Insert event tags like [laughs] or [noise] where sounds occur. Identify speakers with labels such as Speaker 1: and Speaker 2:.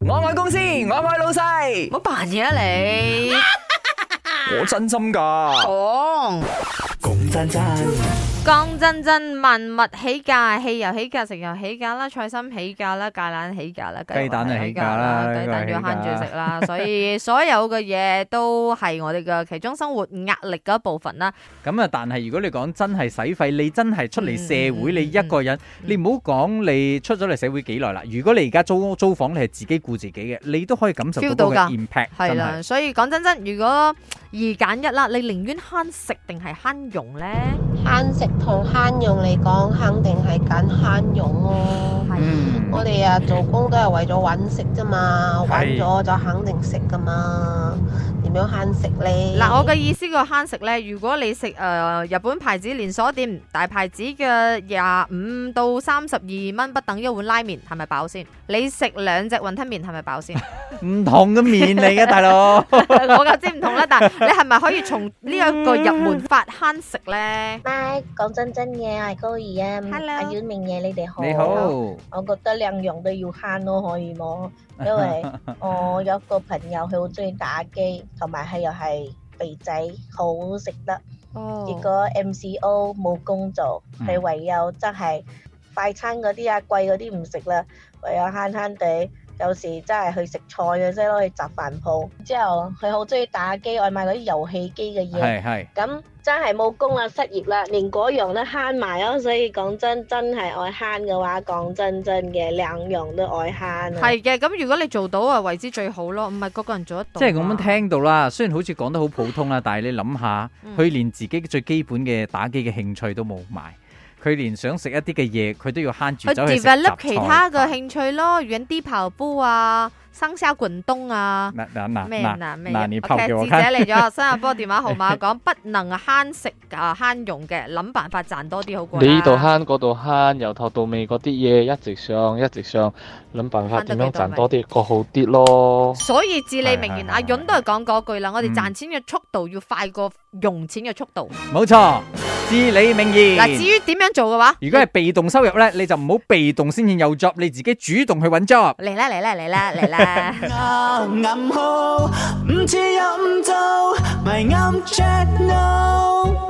Speaker 1: 我爱公司，我爱老细
Speaker 2: 唔，好扮嘢啊你！
Speaker 1: 我真心噶。
Speaker 2: 講
Speaker 1: 龚真真，
Speaker 2: 講真真，萬物起價，汽油起價，食油起價啦，菜心起價啦，芥蘭起價啦，
Speaker 1: 雞蛋
Speaker 2: 就
Speaker 1: 就起價啦
Speaker 2: 雞蛋要
Speaker 1: 呢個
Speaker 2: 慳
Speaker 1: 係
Speaker 2: 住食啦，所以所有嘅嘢都係我哋嘅其中生活壓力嘅一部分啦。
Speaker 3: 咁啊，但係如果你講真係使費，你真係出嚟社會，
Speaker 2: 嗯嗯
Speaker 3: 你一個人，
Speaker 2: 嗯
Speaker 3: 你唔好講你出咗嚟社會幾耐啦。如果你而家租租房，你係自己顧自己嘅，你都可以感受
Speaker 2: Feel
Speaker 3: 到嗰個
Speaker 2: 到㗎
Speaker 3: impact，
Speaker 2: 係
Speaker 3: 真
Speaker 2: 啦，
Speaker 3: 係。
Speaker 2: 所以講真真，如果二揀一啦，你寧願慳食定係慳用咧？
Speaker 4: 慳食同慳用嚟講，肯定係揀慳用咯、
Speaker 3: 嗯
Speaker 4: 我哋啊做工都係為咗揾食啫嘛，揾
Speaker 3: 係
Speaker 4: 咗就肯定食噶嘛，點樣慳食咧？
Speaker 2: 嗱，我嘅意思個慳食咧，如果你食誒、呃日本牌子連鎖店大牌子嘅廿五到三十二蚊不等一碗拉麵，係咪飽先？你食兩隻雲吞麵係咪
Speaker 3: [laughs]
Speaker 2: 飽先？
Speaker 3: 唔同嘅面嚟嘅，大
Speaker 2: [laughs]
Speaker 3: 佬。
Speaker 2: 我嘅知唔同啦，但係你係咪可以從呢一個入門法慳食咧？
Speaker 5: 咪講真真嘅，我係高二啊
Speaker 2: Hello
Speaker 5: 阿婉明嘢，你哋好。
Speaker 3: 你好，
Speaker 5: 我覺得兩樣都要慳咯，可以冇？因為我有個朋友佢好中意打機，同埋佢又係肥仔，好食得。結
Speaker 2: 哦，
Speaker 5: 果 MCO 冇工做，
Speaker 3: 嗯
Speaker 5: 佢唯有真係快餐嗰啲啊貴嗰啲唔食啦，唯有慳慳地。有時真係去食菜嘅啫咯，去雜飯鋪。之後佢好中意打機，愛買嗰啲遊戲機嘅
Speaker 3: [laughs]
Speaker 5: 嘢。
Speaker 3: 係係
Speaker 5: 咁真係冇工啦，失業啦，連嗰樣都慳埋咯。所以講真，真係愛慳嘅話，講真真嘅，兩樣都愛慳啊。
Speaker 2: 係嘅，咁如果你做到啊，為之最好咯，唔係個個人做得到。啊
Speaker 3: 即係咁樣，聽到啦。雖然好似講得好普通啦，但係你諗下，
Speaker 2: 嗯
Speaker 3: 佢連自己最基本嘅打機嘅興趣都冇埋，佢連想食一啲嘅嘢，佢都要慳住
Speaker 2: 去
Speaker 3: 走去食雜菜
Speaker 2: develop 其他嘅興趣咯，遠啲跑步啊，生肖滾動啊。
Speaker 3: 嗱嗱嗱
Speaker 2: 咩啊
Speaker 3: 嗱
Speaker 2: 嗱咩
Speaker 3: 嗱
Speaker 2: 人
Speaker 3: 你
Speaker 2: OK，
Speaker 3: 拍嘅我啊
Speaker 2: 智者嚟咗，新加坡電話號碼 [laughs] 講不能慳食啊慳用嘅，諗辦法賺多啲好過啦
Speaker 6: 呢度慳嗰度慳，由頭到尾嗰啲嘢一直上一直上，諗辦法
Speaker 2: 慳得
Speaker 6: 點
Speaker 2: 幾
Speaker 6: 樣
Speaker 2: 多咪
Speaker 6: 賺多啲個好啲咯。
Speaker 2: 所以至理名言，
Speaker 3: 係係
Speaker 2: 阿
Speaker 3: 係
Speaker 2: 潤都係講嗰句啦，我哋
Speaker 3: 嗯
Speaker 2: 賺錢嘅速度要快過用錢嘅速度。
Speaker 3: 冇錯，至理名言。
Speaker 2: 嗱，至於點樣做嘅話，
Speaker 3: 如果係被動收入咧，你就唔好被動先至有 job，你自己主動去揾 job。
Speaker 2: 嚟啦嚟啦嚟啦嚟啦，
Speaker 7: 啱啱好，唔知飲酒，咪啱 check no。